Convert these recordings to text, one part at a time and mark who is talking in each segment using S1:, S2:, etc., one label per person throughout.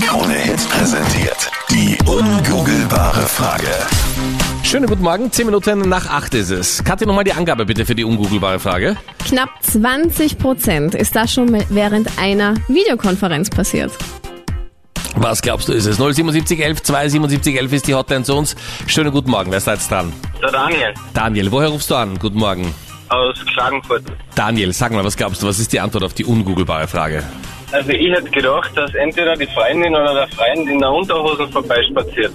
S1: Hit präsentiert die ungoogelbare Frage.
S2: Schönen guten Morgen, 10 Minuten nach 8 ist es. Katja, nochmal die Angabe bitte für die ungoogelbare Frage.
S3: Knapp 20 Prozent ist das schon mal während einer Videokonferenz passiert.
S2: Was glaubst du, ist es? 077 11 277 11 ist die Hotline zu uns. Schönen guten Morgen, wer ist da jetzt dran?
S4: Der Daniel
S2: Daniel, woher rufst du an? Guten Morgen.
S4: aus Klagenfurt.
S2: Daniel, sag mal, was glaubst du, was ist die Antwort auf die ungoogelbare Frage?
S4: Also ich hätte gedacht, dass entweder die Freundin oder der Freund in der Unterhose vorbeispaziert.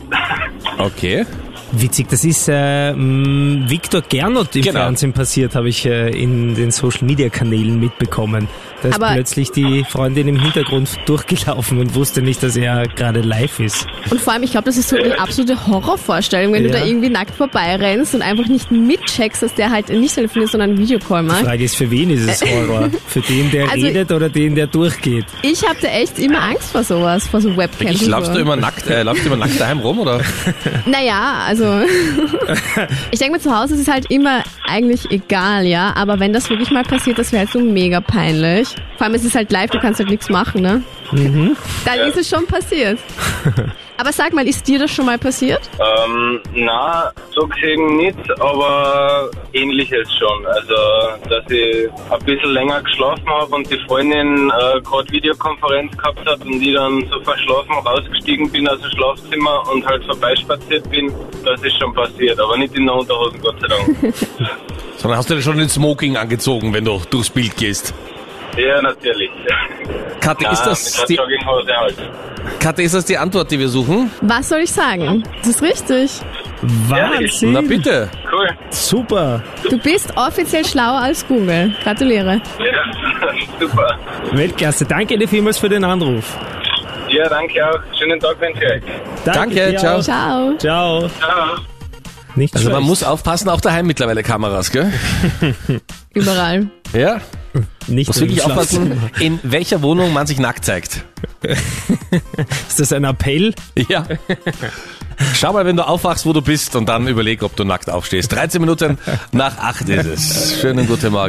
S2: Okay.
S5: Witzig, das ist äh, mh, Viktor Gernot im
S2: Genau.
S5: Fernsehen passiert, habe ich äh, in den Social-Media-Kanälen mitbekommen. Da ist
S3: Aber-
S5: plötzlich die Freundin im Hintergrund durchgelaufen und wusste nicht, dass er gerade live ist.
S3: Und vor allem, ich glaube, das ist so die absolute Horrorvorstellung, wenn du
S5: Ja.
S3: da irgendwie nackt vorbeirennst und einfach nicht mitcheckst, dass der halt nicht telefoniert, sondern einen Videocall
S5: Die
S3: macht.
S5: Frage ist, für wen ist es Horror? für den, der
S3: Äh. Also-
S5: redet oder den, der durchgeht?
S3: Ich habe da echt immer Angst vor sowas, vor so Webcams.
S2: Ich
S3: und
S2: laufst
S3: so.
S2: du immer nackt, äh, laufst du immer nackt daheim rum, oder?
S3: Naja, also ich denke mir zu Hause ist es halt immer eigentlich egal, ja. Aber wenn das wirklich mal passiert, das wäre halt so mega peinlich. Vor allem ist es halt live, du kannst halt nichts machen, ne? Dann ist es schon passiert. Aber sag mal, ist dir das schon mal passiert?
S4: ähm, na, so gesehen nicht, aber ähnliches schon. Also, dass ich ein bisschen länger geschlafen habe und die Freundin äh, gerade Videokonferenz gehabt hat und ich dann so verschlafen rausgestiegen bin aus dem Schlafzimmer und halt vorbeispaziert bin, das ist schon passiert, aber nicht in der Unterhose, Gott sei Dank.
S2: Sondern hast du dir schon den Smoking angezogen, wenn du durchs Bild gehst?
S4: ja, natürlich.
S2: Katja, ist
S4: Na,
S2: das
S4: mit der
S2: die,
S4: Jogginghose halt.
S2: Katja, ist das die Antwort, die wir suchen?
S3: Was soll ich sagen? Das ist richtig.
S5: Wahnsinn!
S2: Na bitte.
S4: Cool.
S5: Super!
S3: Du bist offiziell schlauer als Google. Gratuliere.
S4: Ja, super.
S5: Weltklasse. Danke dir vielmals für den Anruf.
S4: Ja, danke auch. Schönen Tag wünsche ich euch.
S2: Danke,
S5: dir
S2: ciao.
S5: auch.
S3: Ciao.
S5: Ciao.
S4: Ciao.
S5: Nicht
S2: Also man
S5: schlecht.
S2: muss aufpassen, auch daheim mittlerweile Kameras, gell?
S3: Überall.
S2: Ja.
S5: nicht
S2: Muss
S5: im
S2: wirklich
S5: Schlafzimmer.
S2: aufpassen, in welcher Wohnung man sich nackt zeigt.
S5: Ist das ein Appell?
S2: Ja. Schau mal, wenn du aufwachst, wo du bist und dann überleg, ob du nackt aufstehst. 13 Minuten nach 8 ist es. Schönen guten Morgen.